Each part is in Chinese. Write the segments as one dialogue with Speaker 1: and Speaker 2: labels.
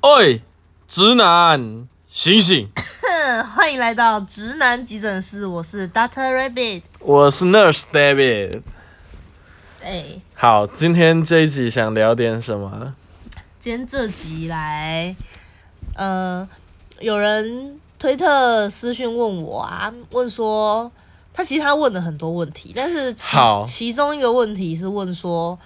Speaker 1: 哎，直男，醒醒！
Speaker 2: 哼， 欢迎来到直男急诊室，我是 Doctor Rabbit。
Speaker 1: 我是 Nurse David。
Speaker 2: 哎、
Speaker 1: 好，今天这一集想聊点什么？
Speaker 2: 今天这集来，呃，有人推特私讯问我啊，问说他其实他问了很多问题，但是其
Speaker 1: 好
Speaker 2: 其中一个问题是问说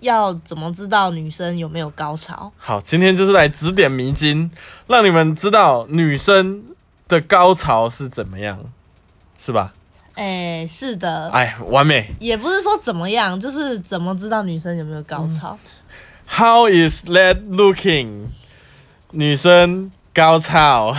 Speaker 2: 要怎么知道女生有没有高潮？
Speaker 1: 好，今天就是来指点迷津，让你们知道女生的高潮是怎么样，是吧？
Speaker 2: 哎、是的。
Speaker 1: 哎，完美。
Speaker 2: 也不是说怎么样，就是怎么知道女生有没有高潮？
Speaker 1: How is that looking？女生高潮。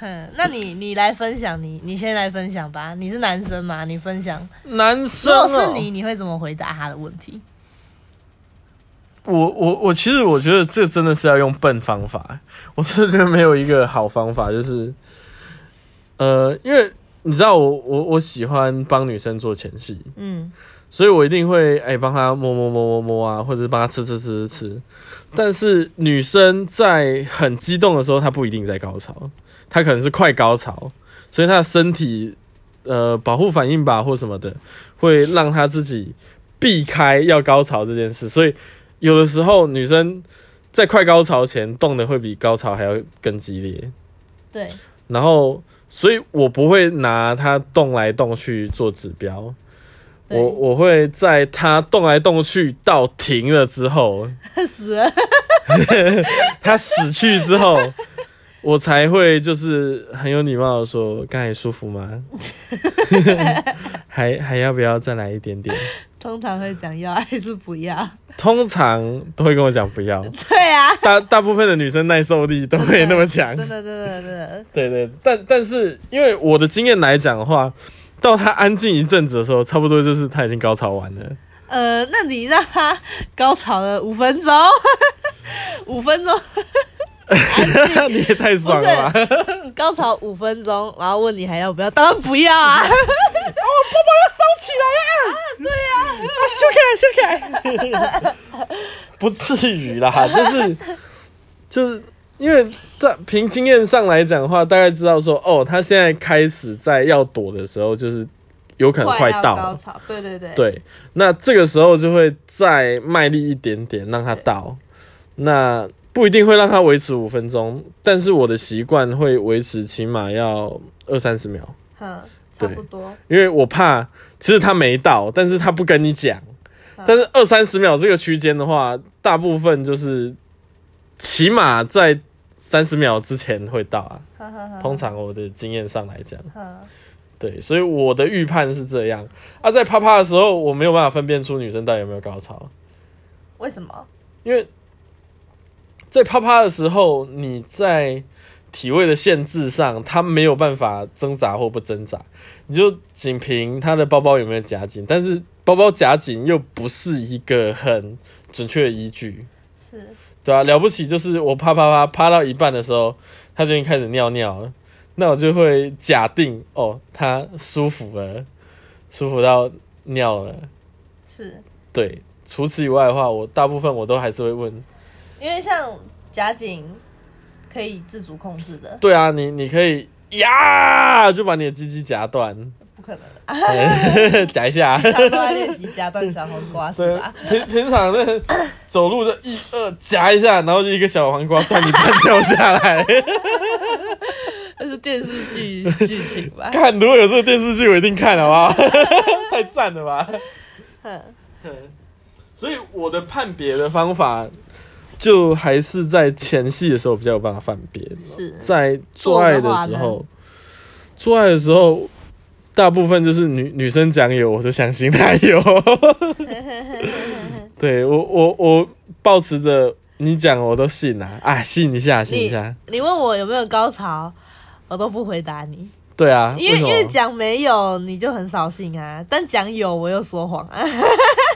Speaker 2: 哼，那你你来分享，你你先来分享吧。你是男生嘛？你分享。
Speaker 1: 男 生、
Speaker 2: 如
Speaker 1: 哦，
Speaker 2: 果是你，你会怎么回答他的问题？
Speaker 1: 我我我其实我觉得这真的是要用笨方法，我真的觉得没有一个好方法，就是，呃，因为你知道我我我喜欢帮女生做前戏，
Speaker 2: 嗯，
Speaker 1: 所以我一定会哎帮她摸摸摸摸摸啊，或者是帮她吃吃吃吃吃。但是女生在很激动的时候，她不一定在高潮，她可能是快高潮，所以她的身体呃保护反应吧或什么的，会让她自己避开要高潮这件事。所以有的时候女生在快高潮前动的会比高潮还要更激烈，
Speaker 2: 对，
Speaker 1: 然后所以我不会拿她动来动去做指标。
Speaker 2: 对
Speaker 1: 我我会在它动来动去到停了之 后，
Speaker 2: 死了，
Speaker 1: 它死去之后，我才会就是很有礼貌的说：“刚才舒服吗？ 还还要不要再来一点点
Speaker 2: 通常会讲要还是 不要？？”
Speaker 1: 通常都会跟我讲不要，
Speaker 2: 对啊，
Speaker 1: 大大部分的女生耐受力都没那么强。
Speaker 2: 真的真的真的，
Speaker 1: 对对，但但是因为我的经验来讲的话，到她安静一阵子的时候，差不多就是她已经高潮完了。
Speaker 2: 呃，那你让他高潮了五分钟， 五分钟
Speaker 1: 你也太爽了吧！
Speaker 2: 高潮五分钟，然后问你还要不要？当然不 要啊！
Speaker 1: 烧起 来啊！对呀、啊， 修改修改，不至于啦，就是 就是因为在凭经验上来讲的话，大概知道说，哦，他现在开始在要躲的时候，就是有可能快
Speaker 2: 要
Speaker 1: 到
Speaker 2: 高
Speaker 1: 了，
Speaker 2: 潮，对对对，
Speaker 1: 对，那这个时候就会再卖力一点点，让他到，那。不一定会让他维持五分钟，但是我的习惯会维持起码要二三十秒。
Speaker 2: 嗯，差
Speaker 1: 对
Speaker 2: 不多，
Speaker 1: 因为我怕，其实他没到，但是他不跟你讲。
Speaker 2: 嗯
Speaker 1: 但是二三十秒这个区间的话，大部分就是起码在三十秒之前会到啊。
Speaker 2: 哈哈哈
Speaker 1: 通常我的经验上来讲，
Speaker 2: 哈，
Speaker 1: 对，所以我的预判是这样。啊，在啪啪的时候，我没有办法分辨出女生到底有没有高潮，
Speaker 2: 为什么？
Speaker 1: 因为在啪啪的时候，你在体位的限制上，他没有办法挣扎或不挣扎，你就仅凭他的包包有没有夹紧，但是包包夹紧又不是一个很准确的依据，
Speaker 2: 是
Speaker 1: 对啊，了不起就是我啪啪啪啪到一半的时候，他就已经开始尿尿了，那我就会假定哦，他舒服了，舒服到尿了，
Speaker 2: 是，
Speaker 1: 对。除此以外的话，我大部分我都还是会问
Speaker 2: 因为像夹紧可以自主控制的，
Speaker 1: 对啊，你你可以呀，就把你的鸡鸡夹 断，
Speaker 2: 不可能。
Speaker 1: 夹一下。
Speaker 2: 他们都在练习夹断小黄瓜是
Speaker 1: 对
Speaker 2: 吧？，
Speaker 1: 平平常那走路就一二夹一下，然后就一个小黄瓜断一半掉下 来。
Speaker 2: 那是电视剧剧情吧？
Speaker 1: 看，如果有这个电视剧，我一定看，好不 好？太赞了吧！嗯
Speaker 2: 哼
Speaker 1: 所以我的判别的方法，就还是在前戏的时候比较有办法判别。
Speaker 2: 是
Speaker 1: 在做爱的时候，做爱的时候，大部分就是女女生讲有，我就相信她 有。对我我我保持着你讲我都信啊，啊信一下信一
Speaker 2: 你
Speaker 1: 下，
Speaker 2: 你问我有没有高潮，我都不回答你，
Speaker 1: 对啊，
Speaker 2: 因为
Speaker 1: 什
Speaker 2: 因
Speaker 1: 么
Speaker 2: 为讲没有你就很扫兴啊，但讲有我又说谎啊。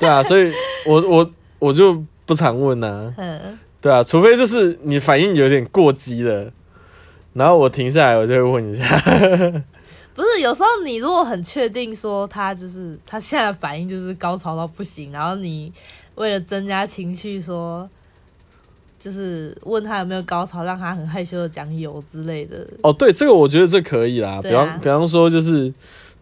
Speaker 1: 对啊，所以我我我就不常问啊，
Speaker 2: 哼
Speaker 1: 对啊，除非就是你反应有点过激了，然后我停下来我就会问一下，
Speaker 2: 不是，有时候你如果很确定说他就是他现在的反应就是高潮到不行，然后你为了增加情绪说就是问他有没有高潮，让他很害羞的讲有之类的。
Speaker 1: 哦，对，这个我觉得这可以啦。比
Speaker 2: 对啊
Speaker 1: 方比方说，就是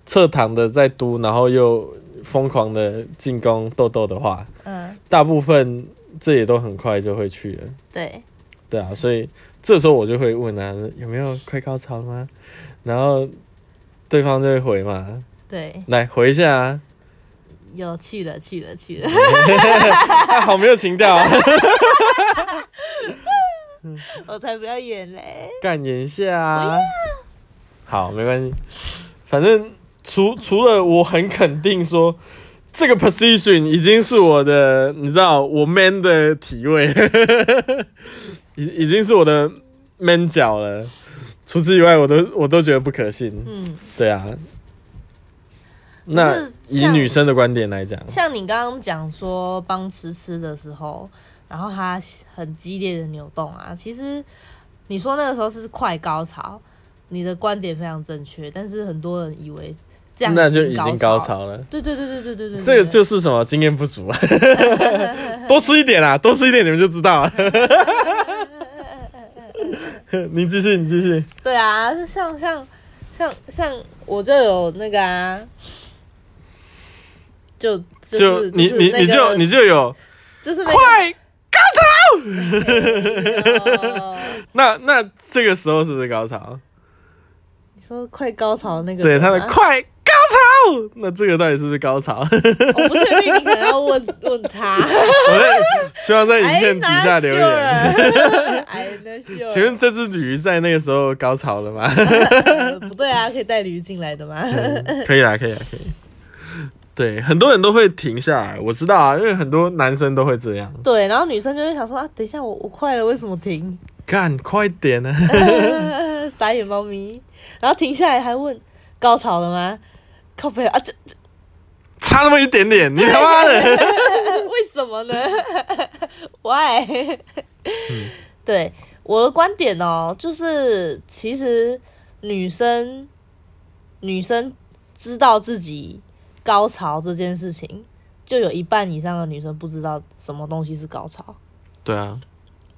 Speaker 1: 侧躺的在嘟，然后又疯狂的进攻豆豆的话，
Speaker 2: 嗯，
Speaker 1: 大部分这也都很快就会去了。
Speaker 2: 对，
Speaker 1: 对啊，所以这时候我就会问啊，有没有快高潮了吗？然后对方就会回嘛，
Speaker 2: 对，
Speaker 1: 来回一下啊，
Speaker 2: 有去了，去了，去了。
Speaker 1: 啊好没有情调、啊，
Speaker 2: 我才不要演嘞！
Speaker 1: 干眼下啊。好，没关系，反正除除了我很肯定说。这个 position 已经是我的，你知道我 man 的体位， 已已经是我的 man 脚了。除此以外，我都我都觉得不可信。
Speaker 2: 嗯，
Speaker 1: 对啊。那
Speaker 2: 是
Speaker 1: 以
Speaker 2: 像
Speaker 1: 女生的观点来讲，
Speaker 2: 像你刚刚讲说帮吃吃的时候，然后他很激烈的扭动啊，其实你说那个时候是快高潮，你的观点非常正确，但是很多人以为这样
Speaker 1: 那就已经
Speaker 2: 经
Speaker 1: 高
Speaker 2: 高。
Speaker 1: 潮了。
Speaker 2: 对对对对对对对，
Speaker 1: 这个
Speaker 2: 对
Speaker 1: 就是什么经验不足 啊，多吃一点啦，多吃一点你们就知道 了。你继续，你继续。
Speaker 2: 对啊，像像像像我就有那个啊，就
Speaker 1: 就是你
Speaker 2: 是
Speaker 1: 你
Speaker 2: 那
Speaker 1: 你
Speaker 2: 个
Speaker 1: 就你就有
Speaker 2: 就是那
Speaker 1: 快，
Speaker 2: 个，哦
Speaker 1: 那那这个时候是不是高潮？
Speaker 2: 你说快高潮那个
Speaker 1: 对，
Speaker 2: 人啊
Speaker 1: 他的
Speaker 2: 吗
Speaker 1: 快高潮，那这个到底是不是高潮？
Speaker 2: 我不确定，你可能要问 问他。哎
Speaker 1: 我在希望在影片
Speaker 2: I'm
Speaker 1: 底
Speaker 2: not
Speaker 1: 下留言。
Speaker 2: sure. I'm not sure.
Speaker 1: 请问这只驴在那个时候高潮了吗？
Speaker 2: 呃不对啊，可以带驴进来的吗？
Speaker 1: 可以啦，可以啦，可以。对，很多人都会停下来，我知道啊，因为很多男生都会这样，
Speaker 2: 对，然后女生就会想说啊，等一下我我快了，为什么停？
Speaker 1: 干快点啊！
Speaker 2: 傻眼猫咪，然后停下来还问高潮了吗？靠背啊，这这
Speaker 1: 差那么一点点，你他妈的！
Speaker 2: 为什么呢？Why？、对我的观点哦，就是其实女生女生知道自己高潮这件事情，就有一半以上的女生不知道什么东西是高潮。
Speaker 1: 对啊，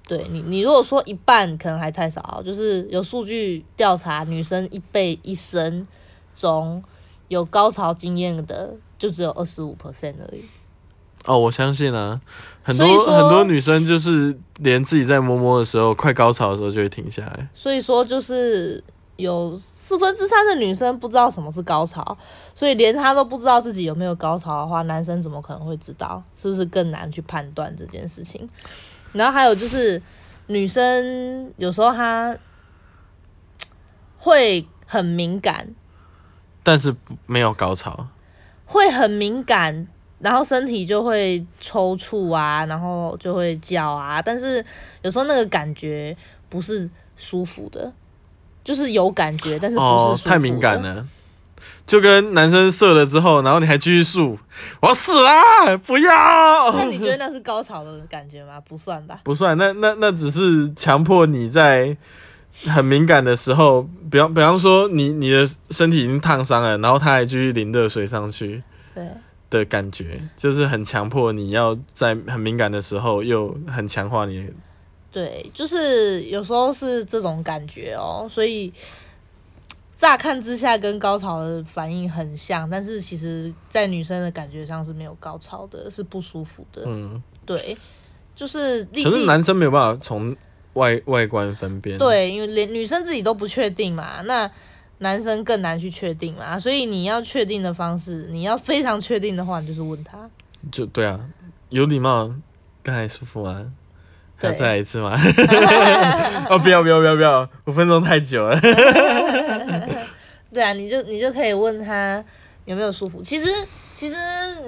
Speaker 2: 对你，你如果说一半可能还太少，就是有数据调查，女生一辈一生中有高潮经验的，就只有二十五 percent 而已。
Speaker 1: 哦，我相信啊，很
Speaker 2: 所以
Speaker 1: 多
Speaker 2: 说
Speaker 1: 很多女生就是连自己在摸摸的时候，快高潮的时候就会停下来。
Speaker 2: 所以说，就是有四分之三的女生不知道什么是高潮，所以连她都不知道自己有没有高潮的话，男生怎么可能会知道？是不是更难去判断这件事情？然后还有就是，女生有时候她会很敏感，
Speaker 1: 但是不没有高潮，
Speaker 2: 会很敏感，然后身体就会抽搐啊，然后就会叫啊。但是有时候那个感觉不是舒服的，就是有感觉，但是不是舒
Speaker 1: 哦，
Speaker 2: 服的
Speaker 1: 太敏感。了，就跟男生射了之后，然后你还继续竖，我要死啦，不要！
Speaker 2: 那你觉得那是高潮的感觉吗？不算吧。
Speaker 1: 不算，那那那只是强迫你在很敏感的时候，比方比方说你你的身体已经烫伤了，然后他还继续淋热水上去
Speaker 2: 对
Speaker 1: 的感觉，就是很强迫你要在很敏感的时候又很强化你的。
Speaker 2: 对，就是有时候是这种感觉哦，所以。乍看之下跟高潮的反应很像，但是其实，在女生的感觉上是没有高潮的，是不舒服的。
Speaker 1: 嗯，
Speaker 2: 对，就是立
Speaker 1: 可是
Speaker 2: 地
Speaker 1: 男生没有办法从外外观分辨。，
Speaker 2: 对，因为连女生自己都不确定嘛，那男生更难去确定嘛，所以你要确定的方式，你要非常确定的话，你就是问他。
Speaker 1: 就对啊，有礼貌，刚才舒服吗？还要
Speaker 2: 对
Speaker 1: 再来一次 吗？ 哦，不要不要不要不要，五分钟太久了。
Speaker 2: 对啊，你就你就可以问他有没有舒服。其实其实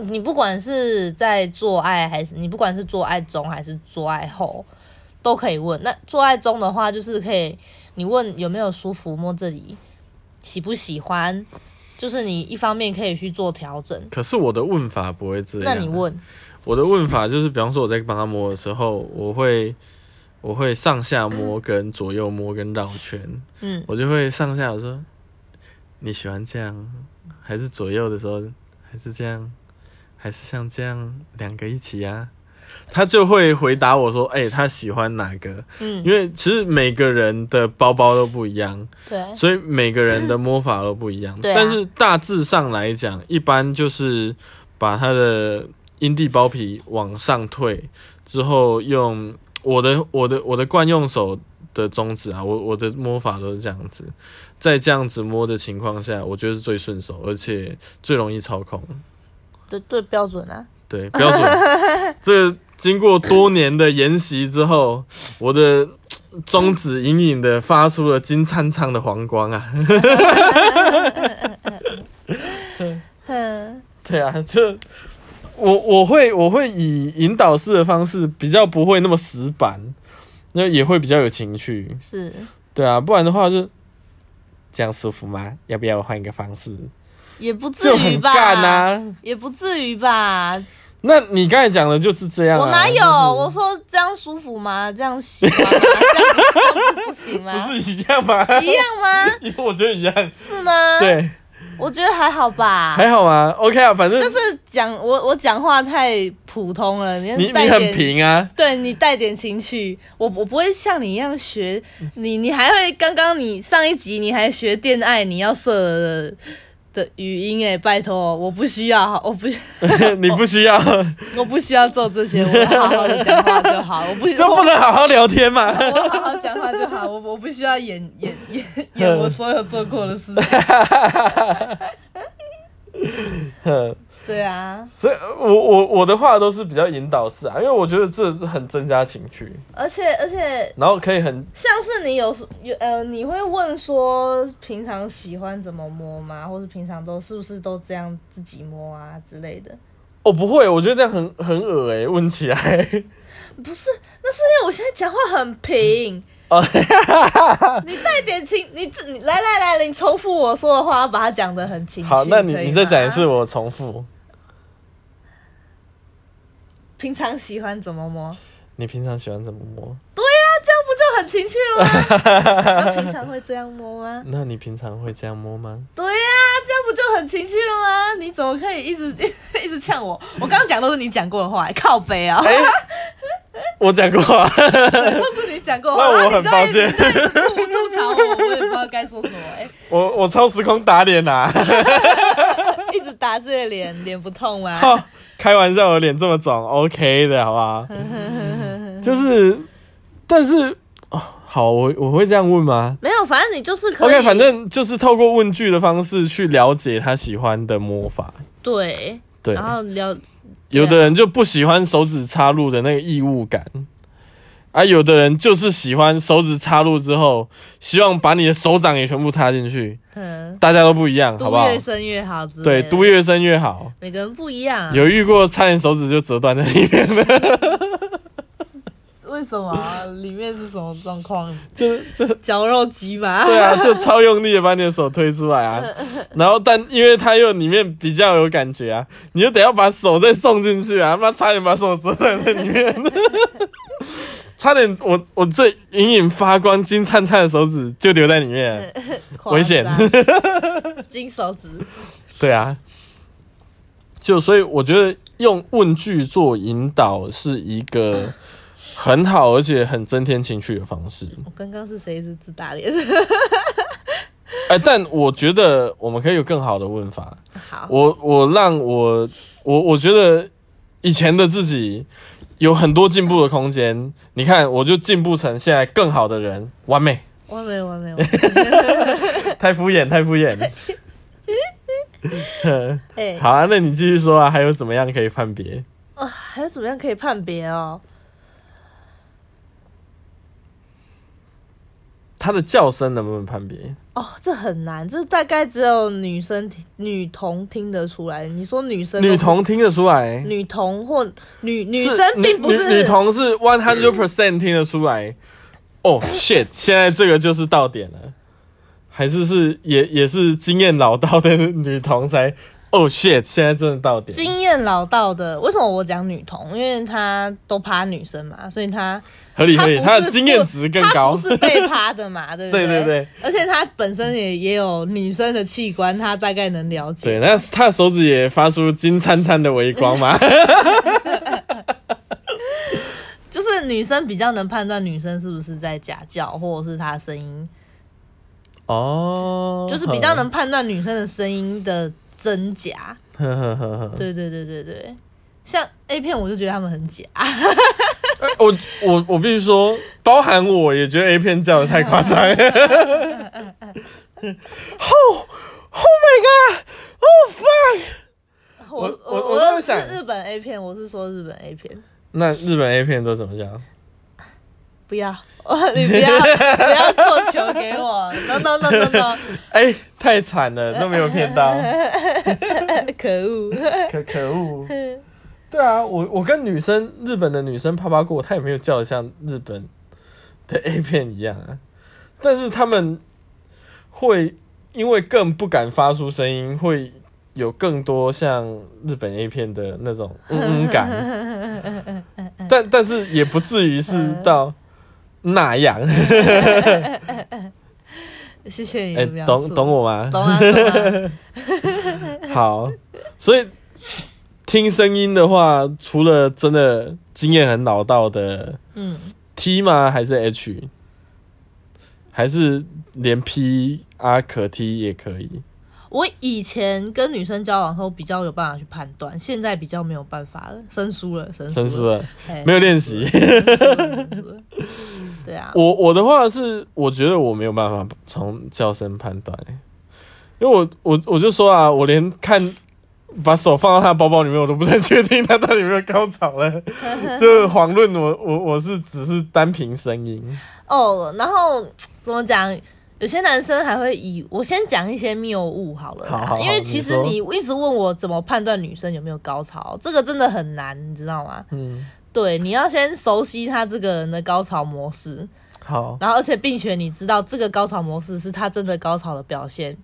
Speaker 2: 你不管是在做爱还是你不管是做爱中还是做爱后，都可以问。那做爱中的话，就是可以你问有没有舒服，摸这里喜不喜欢，就是你一方面可以去做调整。
Speaker 1: 可是我的问法不会这样。
Speaker 2: 那你问，
Speaker 1: 我的问法就是，比方说我在帮他摸的时候，我会我会上下摸跟左右摸跟绕圈，
Speaker 2: 嗯，
Speaker 1: 我就会上下我说你喜欢这样，还是左右的时候，还是这样，还是像这样两个一起啊？他就会回答我说：“哎、他喜欢哪个？”
Speaker 2: 嗯，
Speaker 1: 因为其实每个人的包包都不一样，
Speaker 2: 对，
Speaker 1: 所以每个人的摸法都不一样。
Speaker 2: 对啊
Speaker 1: 但是大致上来讲，一般就是把它的阴蒂包皮往上退，之后用我的我的我的惯用手的中指啊，我我的摸法都是这样子。在这样子摸的情况下，我觉得是最顺手，而且最容易操控。
Speaker 2: 对对标准啊，
Speaker 1: 对，标 准。这经过多年的研习之后，我的中指隐隐的发出了金灿灿的黄光啊！
Speaker 2: 哼，
Speaker 1: 对啊，就我我会我会以引导式的方式，比较不会那么死板，那也会比较有情趣。
Speaker 2: 是，
Speaker 1: 对啊，不然的话就这样舒服吗？要不要换一个方式？
Speaker 2: 也不至
Speaker 1: 就
Speaker 2: 于
Speaker 1: 很
Speaker 2: 吧，
Speaker 1: 干啊！
Speaker 2: 也不至于吧，
Speaker 1: 那你刚才讲的就是这样、啊，
Speaker 2: 我哪有？
Speaker 1: 就
Speaker 2: 我说这样舒服吗？这样喜 欢吗？这样不这样不不行吗？
Speaker 1: 是不是一样吗？
Speaker 2: 一样吗？
Speaker 1: 因为我觉得一样，
Speaker 2: 是吗？，
Speaker 1: 对，
Speaker 2: 我觉得还好吧。
Speaker 1: 还好吗？OK 啊，反正
Speaker 2: 就是讲我我讲话太普通了，你
Speaker 1: 你
Speaker 2: 带
Speaker 1: 你很
Speaker 2: 点
Speaker 1: 平啊，
Speaker 2: 对你带点情趣，我我不会像你一样学你，你还会刚刚你上一集你还学恋爱你要射的的语音哎，拜托，我不需要，我不
Speaker 1: 你不需 要，
Speaker 2: 我不需要做这些，我好好的讲话就好，我不
Speaker 1: 就不能好好聊天吗？
Speaker 2: 我我好好讲话就好，我我不需要演演演演我所有做过的事情。
Speaker 1: 啊哼
Speaker 2: 对啊，
Speaker 1: 所以我我我的话都是比较引导式啊，因为我觉得这很增加情趣，
Speaker 2: 而且而且
Speaker 1: 然后可以很
Speaker 2: 像是你有时有呃，你会问说平常喜欢怎么摸吗？或是平常都是不是都这样自己摸啊之类的？
Speaker 1: 哦不会，我觉得这样很很恶诶、问起来
Speaker 2: 不是，那是因为我现在讲话很平。
Speaker 1: 哦，
Speaker 2: 你带点情，你自你来来来，你重复我说的话，要把它讲得很清楚。
Speaker 1: 好，那你
Speaker 2: 可以
Speaker 1: 你再
Speaker 2: 吗
Speaker 1: 讲一次，。我重复，
Speaker 2: 平常喜欢怎么摸？
Speaker 1: 你平常喜欢怎么摸？
Speaker 2: 这样不就很情趣了吗？ 那平常会这样摸吗？
Speaker 1: 那你平常会这样摸吗？
Speaker 2: 对呀、这样不就很情趣了吗？你怎么可以一直 一直呛我？我刚刚讲都是你讲过的话，靠北啊，
Speaker 1: 哎我讲过、啊，
Speaker 2: 都是你讲过的话。
Speaker 1: 那我
Speaker 2: 啊
Speaker 1: 很抱，歉
Speaker 2: 你，这样一直吐吐槽我，我也不知道该说什么、
Speaker 1: 我我超时空打脸啊！
Speaker 2: 哎，一直打自己的脸，脸不痛吗？
Speaker 1: 哦开玩笑，我脸这么肿，OK 的，好不好？就是，但是哦，好，我我会这样问吗
Speaker 2: 没有，反正你就是可以
Speaker 1: OK，反正就是透过问句的方式去了解他喜欢的摸法。
Speaker 2: 哦对，啊
Speaker 1: 对，
Speaker 2: 然后聊
Speaker 1: 有的人就不喜欢手指插入的那个异物感，啊，有的人就是喜欢手指插入之后，希望把你的手掌也全部插进去，
Speaker 2: 嗯，
Speaker 1: 大家都不一样，好
Speaker 2: 嘟
Speaker 1: 不好
Speaker 2: 越？深越好之类
Speaker 1: 对，
Speaker 2: 的，
Speaker 1: 嘟越深越好。
Speaker 2: 每个人不一样、啊，
Speaker 1: 有遇过差点手指就折断在里面的，
Speaker 2: 为什么啊、里面是什么状 况？
Speaker 1: 就就
Speaker 2: 绞肉机吧？
Speaker 1: 对啊，就超用力的把你的手推出来啊，然后但因为它又里面比较有感觉啊，你就得要把手再送进去啊，妈差点把手折在那里面，差点我我这隐隐发光、金灿灿的手指就留在里面，危险
Speaker 2: 夸张，金手指，
Speaker 1: 对啊，就所以我觉得用问句做引导是一个很好而且很增添情趣的方式，
Speaker 2: 我刚刚是谁是自 打脸？
Speaker 1: 哎、但我觉得我们可以有更好的问法。
Speaker 2: 好，
Speaker 1: 我我让我我我觉得以前的自己有很多进步的空间。你看，我就进步成现在更好的人，完 美，
Speaker 2: 完美完 美完美。
Speaker 1: 太敷衍，太敷衍。
Speaker 2: 哎、
Speaker 1: 好啊，那你继续说啊，还有怎么样可以判别？
Speaker 2: 啊，还有怎么样可以判别哦？
Speaker 1: 它的叫声能不能判别？
Speaker 2: 哦，这很难，这大概只有女生听女童听得出来。你说女生都
Speaker 1: 女童听得出来，
Speaker 2: 女童或女女
Speaker 1: 是
Speaker 2: 生并不是
Speaker 1: 女女童是 one hundred percent 听得出来。哦、shit！现在这个就是到点了，还是是也也是经验老道的女童才。哦、shit！现在真的到点了。
Speaker 2: 经验老道的。为什么我讲女童？因为她都趴女生嘛，所以她
Speaker 1: 合理
Speaker 2: 她
Speaker 1: 合
Speaker 2: 不
Speaker 1: 理，
Speaker 2: 是
Speaker 1: 他的经验值更
Speaker 2: 她
Speaker 1: 高
Speaker 2: 不。是被趴的嘛，对不
Speaker 1: 对
Speaker 2: 对
Speaker 1: 对对
Speaker 2: 而且她本身也也有女生的器官，她大概能了解。
Speaker 1: 对，那他的手指也发出金灿灿的微光嘛？
Speaker 2: 是女生比较能判断女生是不是在假叫，或者是她声音，
Speaker 1: 哦，
Speaker 2: 就是比较能判断女生的声音的真假。
Speaker 1: 呵呵呵呵。
Speaker 2: 对对对对对，像 A 片，我就觉得他们很假。
Speaker 1: 哎我我我必须说，包含我也觉得 A 片叫的太夸 张。Oh, oh my god! Oh fuck!
Speaker 2: 我
Speaker 1: 我
Speaker 2: 我
Speaker 1: 我都
Speaker 2: 日
Speaker 1: 想
Speaker 2: 日本 A 片，我是说日本 A 片，
Speaker 1: 那日本 A 片都怎么讲？
Speaker 2: 不要， 你不要不要做球给我，no no no no no，
Speaker 1: 哎、太惨了，都没有骗 到，
Speaker 2: 可恶。
Speaker 1: 可可恶。对啊，我我跟女生日本的女生啪啪过，她也没有叫的像日本的 A 片一样啊。但是他们会因为更不敢发出声音，会有更多像日本 A 片的那种嗯嗯感，但但是也不至于是到那样。
Speaker 2: 谢谢你
Speaker 1: 哎、
Speaker 2: 的描
Speaker 1: 懂
Speaker 2: 述，
Speaker 1: 懂我吗？
Speaker 2: 懂啊懂啊，
Speaker 1: 好，所以听声音的话，除了真的经验很老道的
Speaker 2: 嗯，
Speaker 1: T 吗？还是 H？还是连 P、R 可 T 也可以？
Speaker 2: 我以前跟女生交往的时候比较有办法去判断，现在比较没有办法了，生疏了，生疏
Speaker 1: 生疏
Speaker 2: 了，
Speaker 1: 了，
Speaker 2: 哎
Speaker 1: 啊 没有练习。
Speaker 2: 生疏了生疏了对啊，
Speaker 1: 我我的话是，我觉得我没有办法从叫声判断、欸因为我我我就说啊，我连看把手放到他的包包里面，我都不太确定他到底有没有高潮了，就遑论我我我是只是单凭声音，
Speaker 2: 哦，然后怎么讲？有些男生还会以我先讲一些谬误好了啦
Speaker 1: 好好好
Speaker 2: 因为其实
Speaker 1: 你
Speaker 2: 你一直问我怎么判断女生有没有高潮，这个真的很难，你知道吗？
Speaker 1: 嗯，
Speaker 2: 对，你要先熟悉他这个人的高潮模式，
Speaker 1: 好，
Speaker 2: 然后而且并且你知道这个高潮模式是他真的高潮的表现，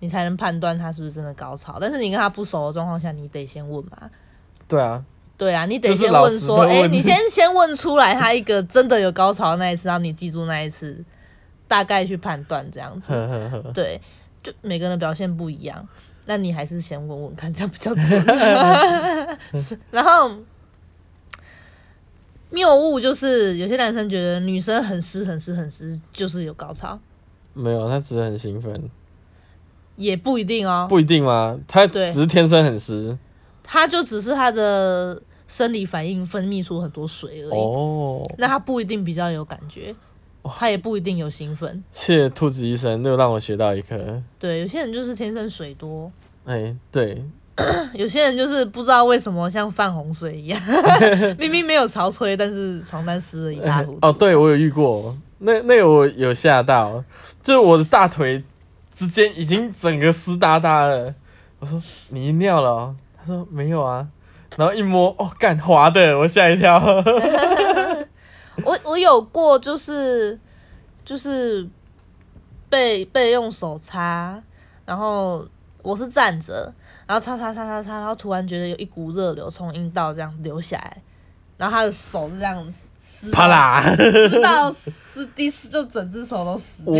Speaker 2: 你才能判断他是不是真的高潮。但是你跟他不熟的状况下，你得先问嘛。
Speaker 1: 对啊，
Speaker 2: 对啊，你
Speaker 1: 就
Speaker 2: 得
Speaker 1: 是
Speaker 2: 先
Speaker 1: 老
Speaker 2: 问
Speaker 1: 实
Speaker 2: 说，
Speaker 1: 的
Speaker 2: 哎、
Speaker 1: 问
Speaker 2: 你先先问出来他一个真的有高潮的那一次，然后你记住那一次，大概去判断这样子。
Speaker 1: 呵呵呵，
Speaker 2: 对，就每个人的表现不一样，那你还是先问问看，这样比 较准。 是然后谬误就是有些男生觉得女生很湿很湿很湿就是有高潮，
Speaker 1: 没有，他只是很兴奋，
Speaker 2: 也不一定哦，
Speaker 1: 不一定吗？他
Speaker 2: 对
Speaker 1: 只是天生很湿
Speaker 2: 他就只是他的生理反应分泌出很多水而已。
Speaker 1: 哦。
Speaker 2: 那他不一定比较有感觉，他也不一定有兴奋。
Speaker 1: 谢谢兔子医生，又让我学到一课。
Speaker 2: 对，有些人就是天生水多，
Speaker 1: 哎、对，
Speaker 2: 有些人就是不知道为什么像泛洪 水一样，明明没有潮吹，但是床单湿了一大糊。
Speaker 1: 哦，对我有遇过，那那个我有吓到，就是我的大腿之间已经整个湿哒哒了。我说你尿了、哦，他说没有啊，然后一摸，哦，干滑的，我吓一 跳。
Speaker 2: 我我有过，就是就是被被用手擦，然后我是站着，然后擦擦擦擦擦，然后突然觉得有一股热流从阴道这样流下来，然后他的手就这样湿到
Speaker 1: 啪 啦，
Speaker 2: 湿到湿滴湿，就整只手都湿。
Speaker 1: 哇、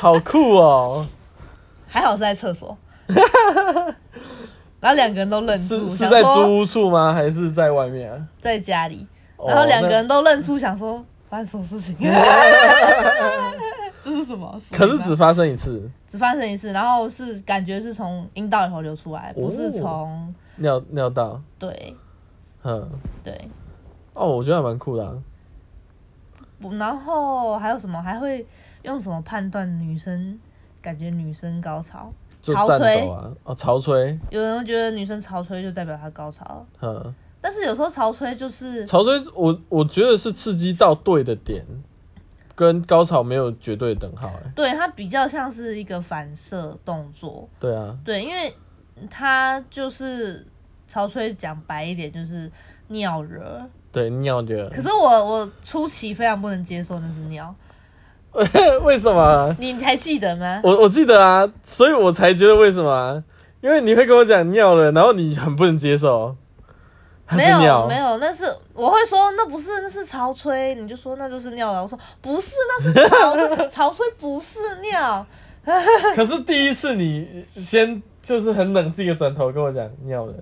Speaker 1: 好酷哦！
Speaker 2: 还好是在 厕所，然后两个人都愣
Speaker 1: 是
Speaker 2: 住，
Speaker 1: 是
Speaker 2: 想
Speaker 1: 在
Speaker 2: 说
Speaker 1: 租屋处吗？还是在外面啊？
Speaker 2: 在家里，
Speaker 1: 哦
Speaker 2: 然后两个人
Speaker 1: 那
Speaker 2: 都愣住，想说发生什么事情？ 这是什么？
Speaker 1: 可是
Speaker 2: 水吗
Speaker 1: 只发生一次
Speaker 2: 只发生一次，然后是感觉是从阴道里头流出来，不是从
Speaker 1: 尿尿道，
Speaker 2: 对
Speaker 1: 嗯，
Speaker 2: 对。
Speaker 1: 哦，我觉得还蛮酷的、啊。
Speaker 2: 不然后还有什么？还会用什么判断女生？感觉女生高潮，
Speaker 1: 就
Speaker 2: 潮
Speaker 1: 战
Speaker 2: 吹
Speaker 1: 斗啊，哦，潮吹，
Speaker 2: 有人会觉得女生潮吹就代表她高潮了，
Speaker 1: 嗯，
Speaker 2: 但是有时候潮吹就是
Speaker 1: 潮吹，我我觉得是刺激到对的点，跟高潮没有绝对等号、哎，
Speaker 2: 对，它比较像是一个反射动作。
Speaker 1: 对啊，
Speaker 2: 对，因为它就是潮吹讲白一点就是尿惹，
Speaker 1: 对尿的
Speaker 2: 可，是我我初期非常不能接受那只尿，
Speaker 1: 为什么？啊
Speaker 2: 你还记得 吗？
Speaker 1: 我我记得啊，所以我才觉得为什么啊、因为你会跟我讲尿了，然后你很不能接受，它
Speaker 2: 没
Speaker 1: 是
Speaker 2: 有
Speaker 1: 尿
Speaker 2: 没有，那是我会说那不是那是潮吹，你就说那就是尿了。我说不是，那是潮吹， 潮吹不是尿。
Speaker 1: 可是第一次你先就是很冷静的转头跟我讲尿了，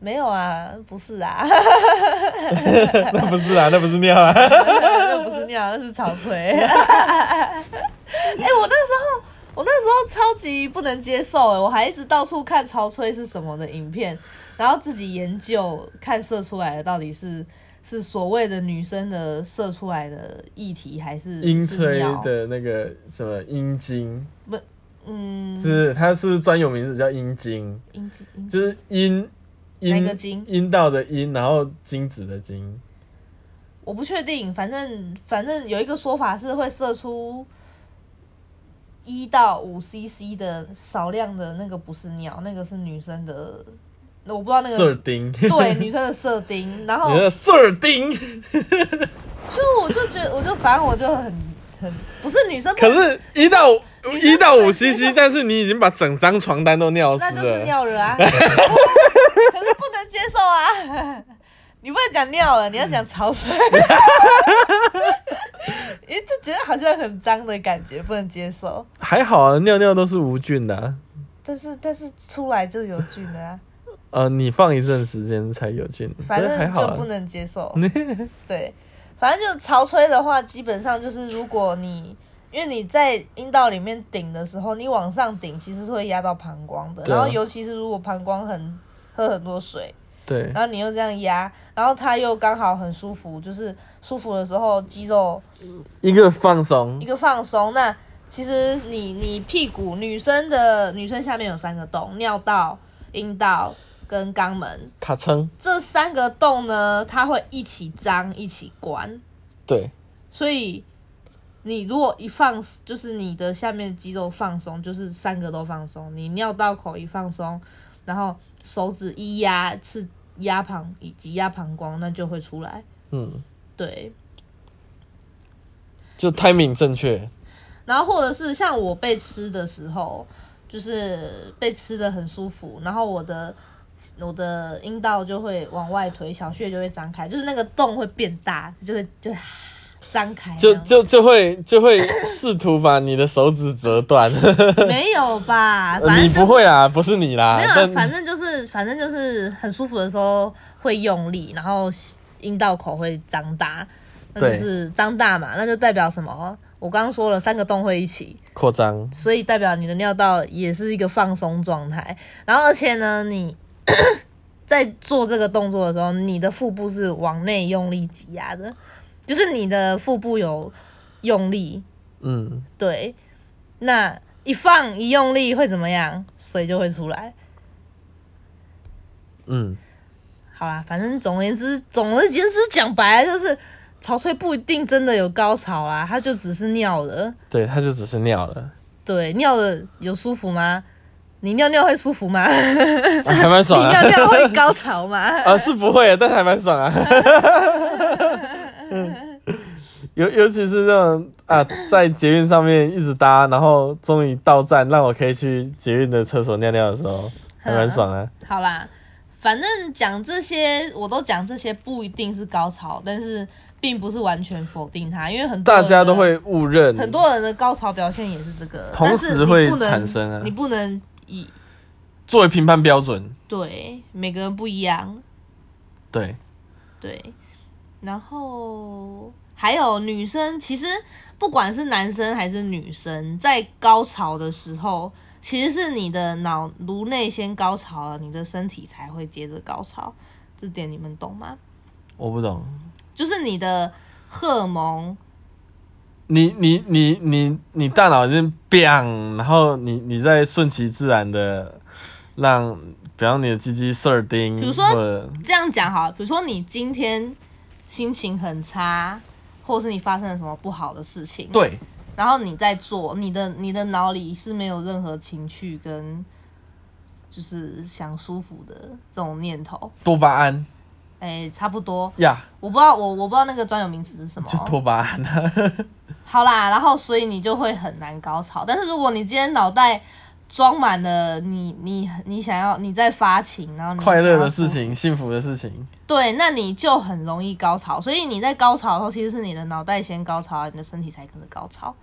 Speaker 2: 没有啊，不是啊，
Speaker 3: 那不是啊，那不是尿啊。
Speaker 2: 那不是尿，那是草锤。 哎、我那时候，我那时候超级不能接受哎，我还一直到处看潮吹是什么的影片，然后自己研究看射出来的到底是是所谓的女生的射出来的液体还是
Speaker 1: 阴
Speaker 2: 是
Speaker 1: 吹
Speaker 2: 尿
Speaker 1: 的那个什么阴茎，
Speaker 2: 嗯
Speaker 1: 是不是？它是不是专有名字叫阴茎？
Speaker 2: 阴茎阴
Speaker 1: 就
Speaker 2: 茎
Speaker 1: 是阴
Speaker 2: 哪个
Speaker 1: 阴
Speaker 2: 茎
Speaker 1: 阴道的阴，然后精子的精。
Speaker 2: 我不确定，反正反正有一个说法是会射出一到五 CC 的少量的那个不是尿，那个是女生的，我不知道那
Speaker 1: 射
Speaker 2: 个哦
Speaker 1: 钉，
Speaker 2: 对女生的射 钉，然后
Speaker 1: 你的射钉，
Speaker 2: 就我就觉得我就反正我就很很不是女生不
Speaker 1: 可是，一到
Speaker 2: 女生
Speaker 1: 一到五
Speaker 2: 不能接
Speaker 1: cc，
Speaker 2: 受
Speaker 1: 但是你已经把整张床单都尿湿
Speaker 2: 那就是
Speaker 1: 了。
Speaker 2: 尿了 啊，可是不能接受啊。 你不能讲尿了，你要讲 潮水，因为就觉得好像很脏的感觉，不能接受。
Speaker 1: 还好啊，尿尿都是无菌的啊、
Speaker 2: 但是但是出来就有菌了 啊，
Speaker 1: 呃，你放一阵时间才有菌，
Speaker 2: 反
Speaker 1: 所以还
Speaker 2: 正
Speaker 1: 好
Speaker 2: 就
Speaker 1: 啊
Speaker 2: 不。能接受。 对，反正就潮吹的话，基本上就是如果你因为你在阴道里面顶的时候，你往上顶其实是会压到膀胱的，
Speaker 1: 对啊
Speaker 2: 然后尤其是如果膀胱很喝很多水，
Speaker 1: 对，
Speaker 2: 然后你又这样压，然后它又刚好很舒服，就是舒服的时候肌肉
Speaker 1: 一个放松
Speaker 2: 一，个放松。那其实你你屁股女生的女生下面有三个洞，尿道、阴道跟肛门。
Speaker 1: 卡称，
Speaker 2: 这三个洞呢，它会一起张一起关，
Speaker 1: 对，
Speaker 2: 所以你如果一放，就是你的下面肌肉放松，就是三个都放松。你尿道口一放松，然后手指一压，是压膀以及压膀胱，那就会出来。
Speaker 1: 嗯，
Speaker 2: 对，
Speaker 1: 就 timing 正确，
Speaker 2: 然后或者是像我被吃的时候，就是被吃的很舒服，然后我的我的阴道就会往外推，小穴就会张开，就是那个洞会变大，就会就会张开这
Speaker 1: 就
Speaker 2: 样。
Speaker 1: 就就会就会试图把你的手指折 断。呃
Speaker 2: 没有吧？反
Speaker 1: 你
Speaker 2: 正
Speaker 1: 不
Speaker 2: 就是。
Speaker 1: 会啦，不是你啦
Speaker 2: 没有，啊，反
Speaker 1: 但
Speaker 2: 正就是，反正就是很舒服的时候会用力，然后阴道口会张大，那就
Speaker 1: 对
Speaker 2: 是张大嘛，那就代表什么？我刚刚说了，三个洞会一起，
Speaker 1: 扩张，
Speaker 2: 所以代表你的尿道也是一个放松状态。然后而且呢，你 在做这个动作的时候，你的腹部是往内用力挤压的，就是你的腹部有用力。
Speaker 1: 嗯，
Speaker 2: 对，那一放一用力会怎么样？水就会出来。
Speaker 1: 嗯，
Speaker 2: 好啦，反正总而言之，总而言之讲白了就是，潮吹不一定真的有高潮啦，它就只是尿了。
Speaker 1: 对，它就只是尿了，
Speaker 2: 对，尿了有舒服吗？你尿尿会舒服吗？
Speaker 1: 啊还蛮爽
Speaker 2: 你尿
Speaker 1: 啊，
Speaker 2: 尿会高潮吗？
Speaker 1: 啊是不会，但还蛮爽啊。 尤尤其是这种啊，在捷运上面一直搭，然后终于到站，让我可以去捷运的厕所尿尿的时候，还蛮爽啊。
Speaker 2: 好啦，反正讲这些，我都讲这些，不一定是高潮，但是并不是完全否定它，因为很多
Speaker 1: 大
Speaker 2: 人
Speaker 1: 家
Speaker 2: 的
Speaker 1: 都会误认，
Speaker 2: 很多人的高潮表现也是这个，
Speaker 1: 同
Speaker 2: 但是
Speaker 1: 时
Speaker 2: 你
Speaker 1: 会
Speaker 2: 不能
Speaker 1: 产生啊
Speaker 2: 你不能以
Speaker 1: 作为评判标准，
Speaker 2: 对每个人不一样，
Speaker 1: 对，
Speaker 2: 对，然后还有女生，其实不管是男生还是女生，在高潮的时候，其实是你的脑颅内先高潮了，你的身体才会接着高潮，这点你们懂吗？
Speaker 1: 我不懂。
Speaker 2: 就是你的荷尔蒙，
Speaker 1: 你你你你你大脑已经 biang，然后你你再顺其自然的让，比方你的鸡鸡射钉，
Speaker 2: 比如说
Speaker 1: 或者
Speaker 2: 这样讲好了，比如说你今天心情很差，或者是你发生了什么不好的事情，
Speaker 1: 对
Speaker 2: 然后你在做，你的你的脑里是没有任何情绪跟就是想舒服的这种念头，
Speaker 1: 多巴胺
Speaker 2: 哎，差不多。
Speaker 1: 呀
Speaker 2: 我不知道，我我不知道那个专有名词是什么。
Speaker 1: 就多巴胺 啊，
Speaker 2: 好啦，然后所以你就会很难高潮。但是如果你今天脑袋装满了你你你想要你在发情，然后你
Speaker 1: 快乐的
Speaker 2: 想要
Speaker 1: 事情，幸福的事情，
Speaker 2: 对，那你就很容易高潮。所以你在高潮的时候，其实是你的脑袋先高潮，你的身体才跟着高潮。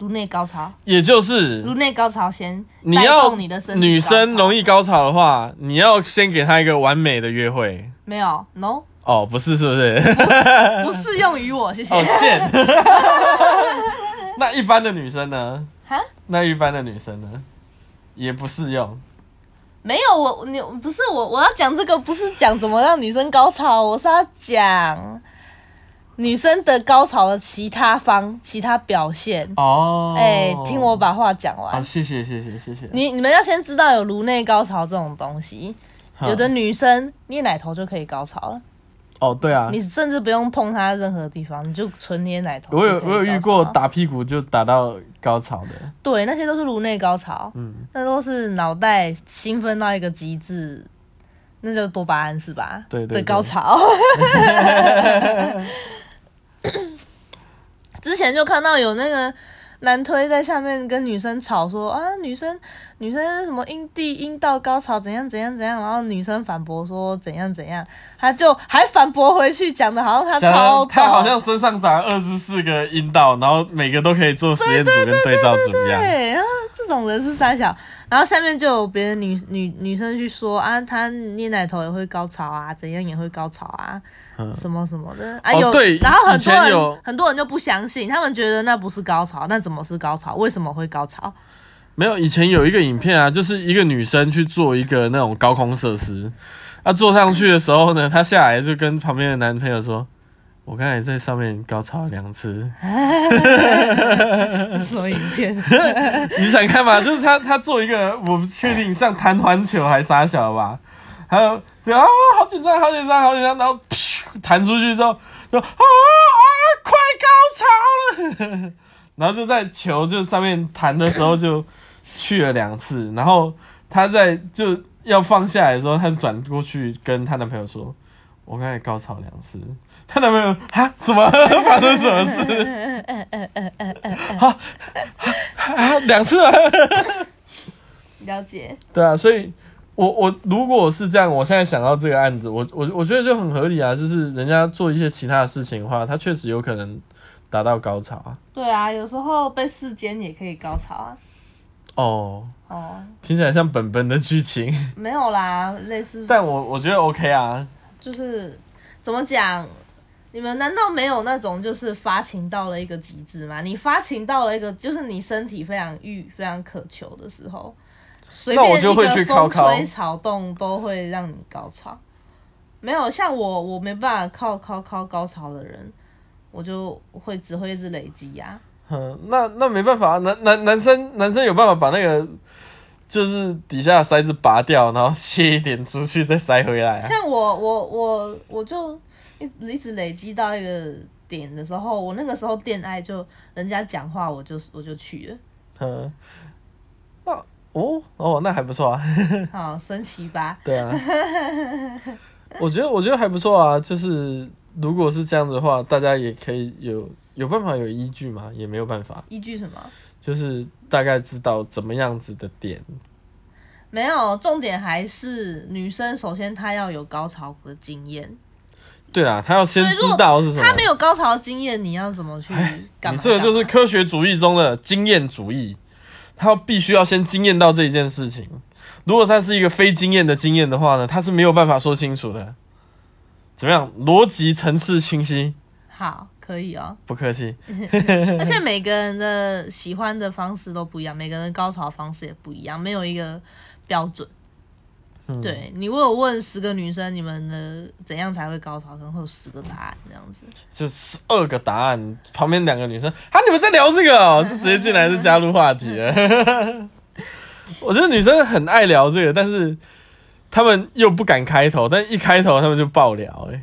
Speaker 2: 颅内高潮，
Speaker 1: 也就是
Speaker 2: 颅内高潮先
Speaker 1: 你
Speaker 2: 带
Speaker 1: 要
Speaker 2: 动你的身体
Speaker 1: 女生容
Speaker 2: 易
Speaker 1: 易高潮的话，你要先给她一个完美的约会。
Speaker 2: 没有 no
Speaker 1: 哦，不是，是不是？
Speaker 2: 不适用于我，谢 谢。
Speaker 1: 哦， 线。那一般的女生呢？
Speaker 2: 哈，
Speaker 1: 那一般的女生呢？也不适用。
Speaker 2: 没有我你不是我我要讲这个不是讲怎么让女生高潮，我是要讲女生的高潮的其他方其他表现。
Speaker 1: 哦，
Speaker 2: 哎、听我。把话讲
Speaker 1: 啊，
Speaker 2: 完。
Speaker 1: 谢谢，谢谢，谢谢。
Speaker 2: 你你们要先知道有颅内高潮这种东西，
Speaker 1: 哈
Speaker 2: 有的女生捏奶头就可以高潮了，
Speaker 1: 哦，对啊，
Speaker 2: 你甚至不用碰她任何地方，你就纯捏奶头就
Speaker 1: 我
Speaker 2: 可以
Speaker 1: 有
Speaker 2: 高潮了。
Speaker 1: 我有遇过打屁股就打到高潮的。
Speaker 2: 对，那些都是颅内高潮，
Speaker 1: 嗯
Speaker 2: 那都是脑袋兴奋到一个极致，那就多巴胺是吧？
Speaker 1: 对对对
Speaker 2: 的高潮。 之前就看到有那个男推在下面跟女生吵说啊，女生女生什么阴蒂阴道高潮怎样怎样怎样，然后女生反驳说怎样怎样，他就还反驳回去，讲的好像他
Speaker 1: 讲
Speaker 2: 超
Speaker 1: 得他好
Speaker 2: 懂
Speaker 1: 像身上长二十四个阴道，然后每个都可以做实验组跟对照组一样。
Speaker 2: 对，然后这种人是三小，然后下面就有别的女女女生去说啊，她捏奶头也会高潮啊，怎样也会高潮啊，
Speaker 1: 嗯
Speaker 2: 什么什么的啊
Speaker 1: 哦
Speaker 2: 有，
Speaker 1: 对
Speaker 2: 然后
Speaker 1: 以
Speaker 2: 很多
Speaker 1: 前有
Speaker 2: 人很多人就不相信，他们觉得那不是高潮，那怎么是高潮？为什么会高潮？
Speaker 1: 没有，以前有一个影片啊，就是一个女生去做一个那种高空设施，她、坐上去的时候呢，她下来就跟旁边的男朋友说：“我刚才在上面高潮了两次。
Speaker 2: 是什么影片？”
Speaker 1: 你想看吗？就是她她做一个我不确定像弹环球还傻小吧，还有就啊好紧张好紧张好紧张，然后噗弹出去之后就啊啊快高潮了， 然后就在球就上面弹的时候就去了两次，然后她在就要放下来的时候，她就转过去跟她男朋友说：“我刚才高潮两次。”她男朋友啊什么发生什么事？ 啊啊两次了。
Speaker 2: 了解，
Speaker 1: 对啊，所以我我如果是这样，我现在想到这个案子，我我我觉得就很合理啊，就是人家做一些其他的事情的话，他确实有可能达到高潮啊。
Speaker 2: 对啊，有时候被世间也可以高潮啊。
Speaker 1: 哦，
Speaker 2: 哦，
Speaker 1: 听起来像本本的剧情，
Speaker 2: 没有啦，类似
Speaker 1: 但我我觉得 OK 啊。
Speaker 2: 就是怎么讲？你们难道没有那种就是发情到了一个极致吗？你发情到了一个就是你身体非常欲、非常渴求的时候，随
Speaker 1: 那我
Speaker 2: 便
Speaker 1: 就
Speaker 2: 一
Speaker 1: 会去
Speaker 2: 个
Speaker 1: 靠
Speaker 2: 风
Speaker 1: 靠
Speaker 2: 吹草动都会让你高潮。没有像我，我没办法靠靠靠高潮的人，我就会只会一直累积呀、
Speaker 1: 嗯，那那没办法啊，男男男生男生有办法把那个就是底下的塞子拔掉，然后切一点出去再塞回来啊。
Speaker 2: 像我，我，我，我就一直一直累积到一个点的时候，我那个时候恋爱就人家讲话我就我就去了。
Speaker 1: 嗯，那哦哦，那还不错啊。
Speaker 2: 好神奇吧？
Speaker 1: 对啊， 我觉得我觉得还不错啊，就是如果是这样子的话，大家也可以有有办法有依据嘛，也没有办法，
Speaker 2: 依据什么？
Speaker 1: 就是大概知道怎么样子的点
Speaker 2: 没有，重点还是女生首先她要有高潮的经验，
Speaker 1: 对啦，他要先
Speaker 2: 对
Speaker 1: 知
Speaker 2: 如果
Speaker 1: 道是什么哎
Speaker 2: 她。没有高潮的经验，你要怎么去干
Speaker 1: 你
Speaker 2: 嘛？
Speaker 1: 这个就是
Speaker 2: 干嘛
Speaker 1: 科学主义中的经验主义，他要必须要先经验到这一件事情。如果他是一个非经验的经验的话呢，他是没有办法说清楚的。怎么样？逻辑层次清晰，
Speaker 2: 好，可 以哦。
Speaker 1: 不客气。
Speaker 2: 而且每个人的喜欢的方式都不一样，每个人的高潮方式也不一样，没有一个标准。
Speaker 1: 嗯
Speaker 2: 对你，我有问十个女生，你们的怎样才会高潮，可能会有十个答案这样子。
Speaker 1: 就十二个答案，旁边两个女生啊，你们在聊这个哦，就直接进来就加入话题了。 我觉得女生很爱聊这个，但是她们又不敢开头，但一开头她们就爆聊、欸，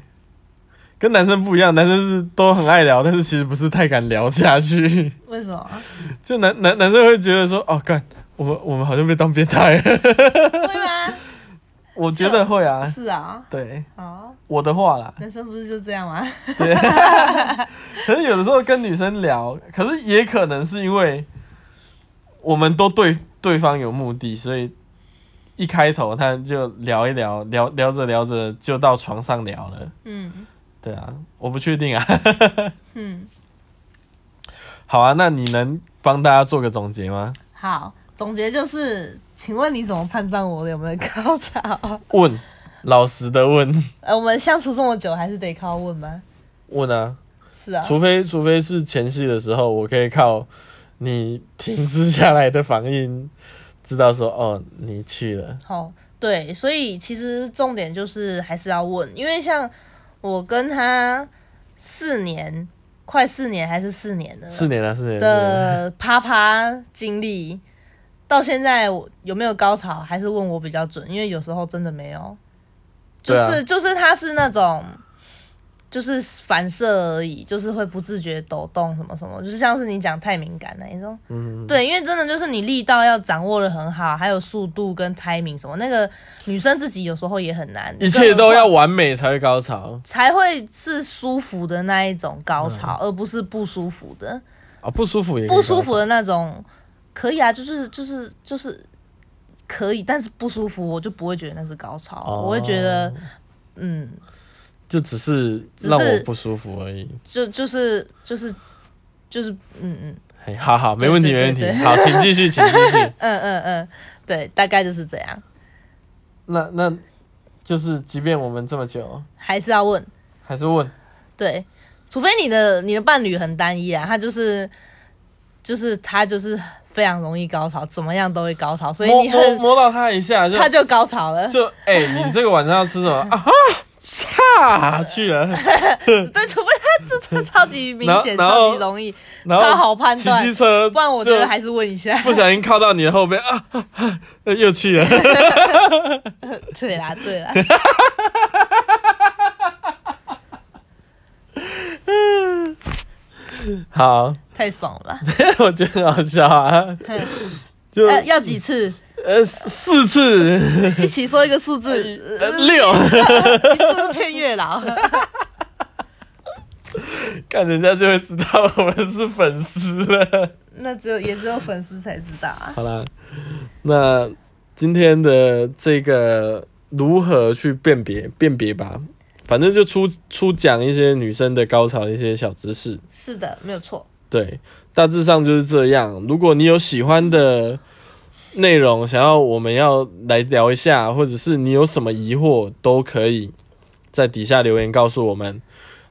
Speaker 1: 跟男生不一样，男生是都很爱聊，但是其实不是太敢聊下去。
Speaker 2: 为什么？
Speaker 1: 就男男男生会觉得说，哦，干，我们我们好像被当变态了。
Speaker 2: 会 吗？
Speaker 1: 我觉得会啊，
Speaker 2: 是啊，
Speaker 1: 对
Speaker 2: 啊，
Speaker 1: 我的话啦，
Speaker 2: 男生不是就这样吗？
Speaker 1: 对， 可是有的时候跟女生聊，可是也可能是因为我们都对对方有目的，所以一开头他就聊一聊，聊聊着聊着就到床上聊了。
Speaker 2: 嗯
Speaker 1: 对啊，我不确定啊。
Speaker 2: 嗯。
Speaker 1: 好啊，那你能帮大家做个总结吗？
Speaker 2: 好，总结就是，请问你怎么判断我有没有高潮？
Speaker 1: 问，老实的问，
Speaker 2: 呃，我们相处这么久，还是得靠问吗？
Speaker 1: 问啊，
Speaker 2: 是啊，
Speaker 1: 除非除非是前戏的时候，我可以靠你停滞下来的反应，知道说哦，你去了。
Speaker 2: 好，对，所以其实重点就是还是要问，因为像我跟他四年，快四年还是四年了
Speaker 1: 四年啊了，四年了，
Speaker 2: 的啪啪经历，到现在我有没有高潮，还是问我比较准，因为有时候真的没有，就
Speaker 1: 对啊
Speaker 2: 是、就是他是那种。就是反射而已，就是会不自觉抖动什么什么，就是像是你讲太敏感那一种，
Speaker 1: 嗯，
Speaker 2: 对，因为真的就是你力道要掌握的很好，还有速度跟 timing 什么，那个女生自己有时候也很难，
Speaker 1: 一切都要
Speaker 2: 更何况
Speaker 1: 完美才会高潮
Speaker 2: 才会是舒服的那一种高潮，
Speaker 1: 嗯
Speaker 2: 而不是不舒服的，
Speaker 1: 啊、不舒服也可以
Speaker 2: 不舒服
Speaker 1: 高
Speaker 2: 的那种可以啊，就是就是就是可以，但是不舒服我就不会觉得那是高潮，
Speaker 1: 哦
Speaker 2: 我会觉得嗯，
Speaker 1: 潮，就只是
Speaker 2: 只是
Speaker 1: 让我不舒服而已。
Speaker 2: 就就是就是就是嗯嗯
Speaker 1: 嘿哎好好，没问题，没
Speaker 2: 对
Speaker 1: 问
Speaker 2: 对
Speaker 1: 题
Speaker 2: 对。
Speaker 1: 好，请继续，请继 续。
Speaker 2: 嗯嗯嗯，对，大概就是这样，
Speaker 1: 那那就是，即便我们这么久，
Speaker 2: 还是要问。
Speaker 1: 还是问
Speaker 2: 对，除非你的你的伴侣很单一啊，他就是就是他就是非常容易高潮，怎么样都会高潮，所以
Speaker 1: 摸
Speaker 2: 你
Speaker 1: 摸
Speaker 2: 很
Speaker 1: 摸到他一下就
Speaker 2: 他就高潮了。
Speaker 1: 就哎、 你这个晚上要吃什么啊？哈下去 了，
Speaker 2: 对，除非他就是超级明显、
Speaker 1: 然后然后
Speaker 2: 超级容易，
Speaker 1: 然后
Speaker 2: 超好判断
Speaker 1: 骑机车，
Speaker 2: 不然我觉得还是问一下。
Speaker 1: 不小心靠到你的后背啊啊， 啊又去了。
Speaker 2: 对啦，对啦，
Speaker 1: 好，
Speaker 2: 太爽了吧？
Speaker 1: 我觉得很好笑啊，就
Speaker 2: 呃，要几次？
Speaker 1: 呃四四次
Speaker 2: 一起说一个数 字，
Speaker 1: 呃
Speaker 2: 呃
Speaker 1: 六，
Speaker 2: 你是不是骗月 老？
Speaker 1: 看人家就会知道我们是粉丝了。
Speaker 2: 那只有也只有粉丝才知道啊。
Speaker 1: 好啦，那今天的这个如何去辨别辨别吧，反正就出出讲一些女生的高潮的一些小知识。
Speaker 2: 是的，没有错。
Speaker 1: 对，大致上就是这样。如果你有喜欢的内容，想要我们要来聊一下，或者是你有什么疑惑，都可以在底下留言告诉我们。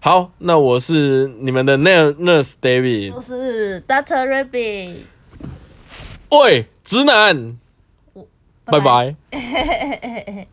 Speaker 1: 好，那我是你们的 Nair- Nurse David，
Speaker 2: 我是 Doctor Rabbit，
Speaker 1: 喂，直男，拜拜。
Speaker 2: 嘿嘿嘿嘿嘿。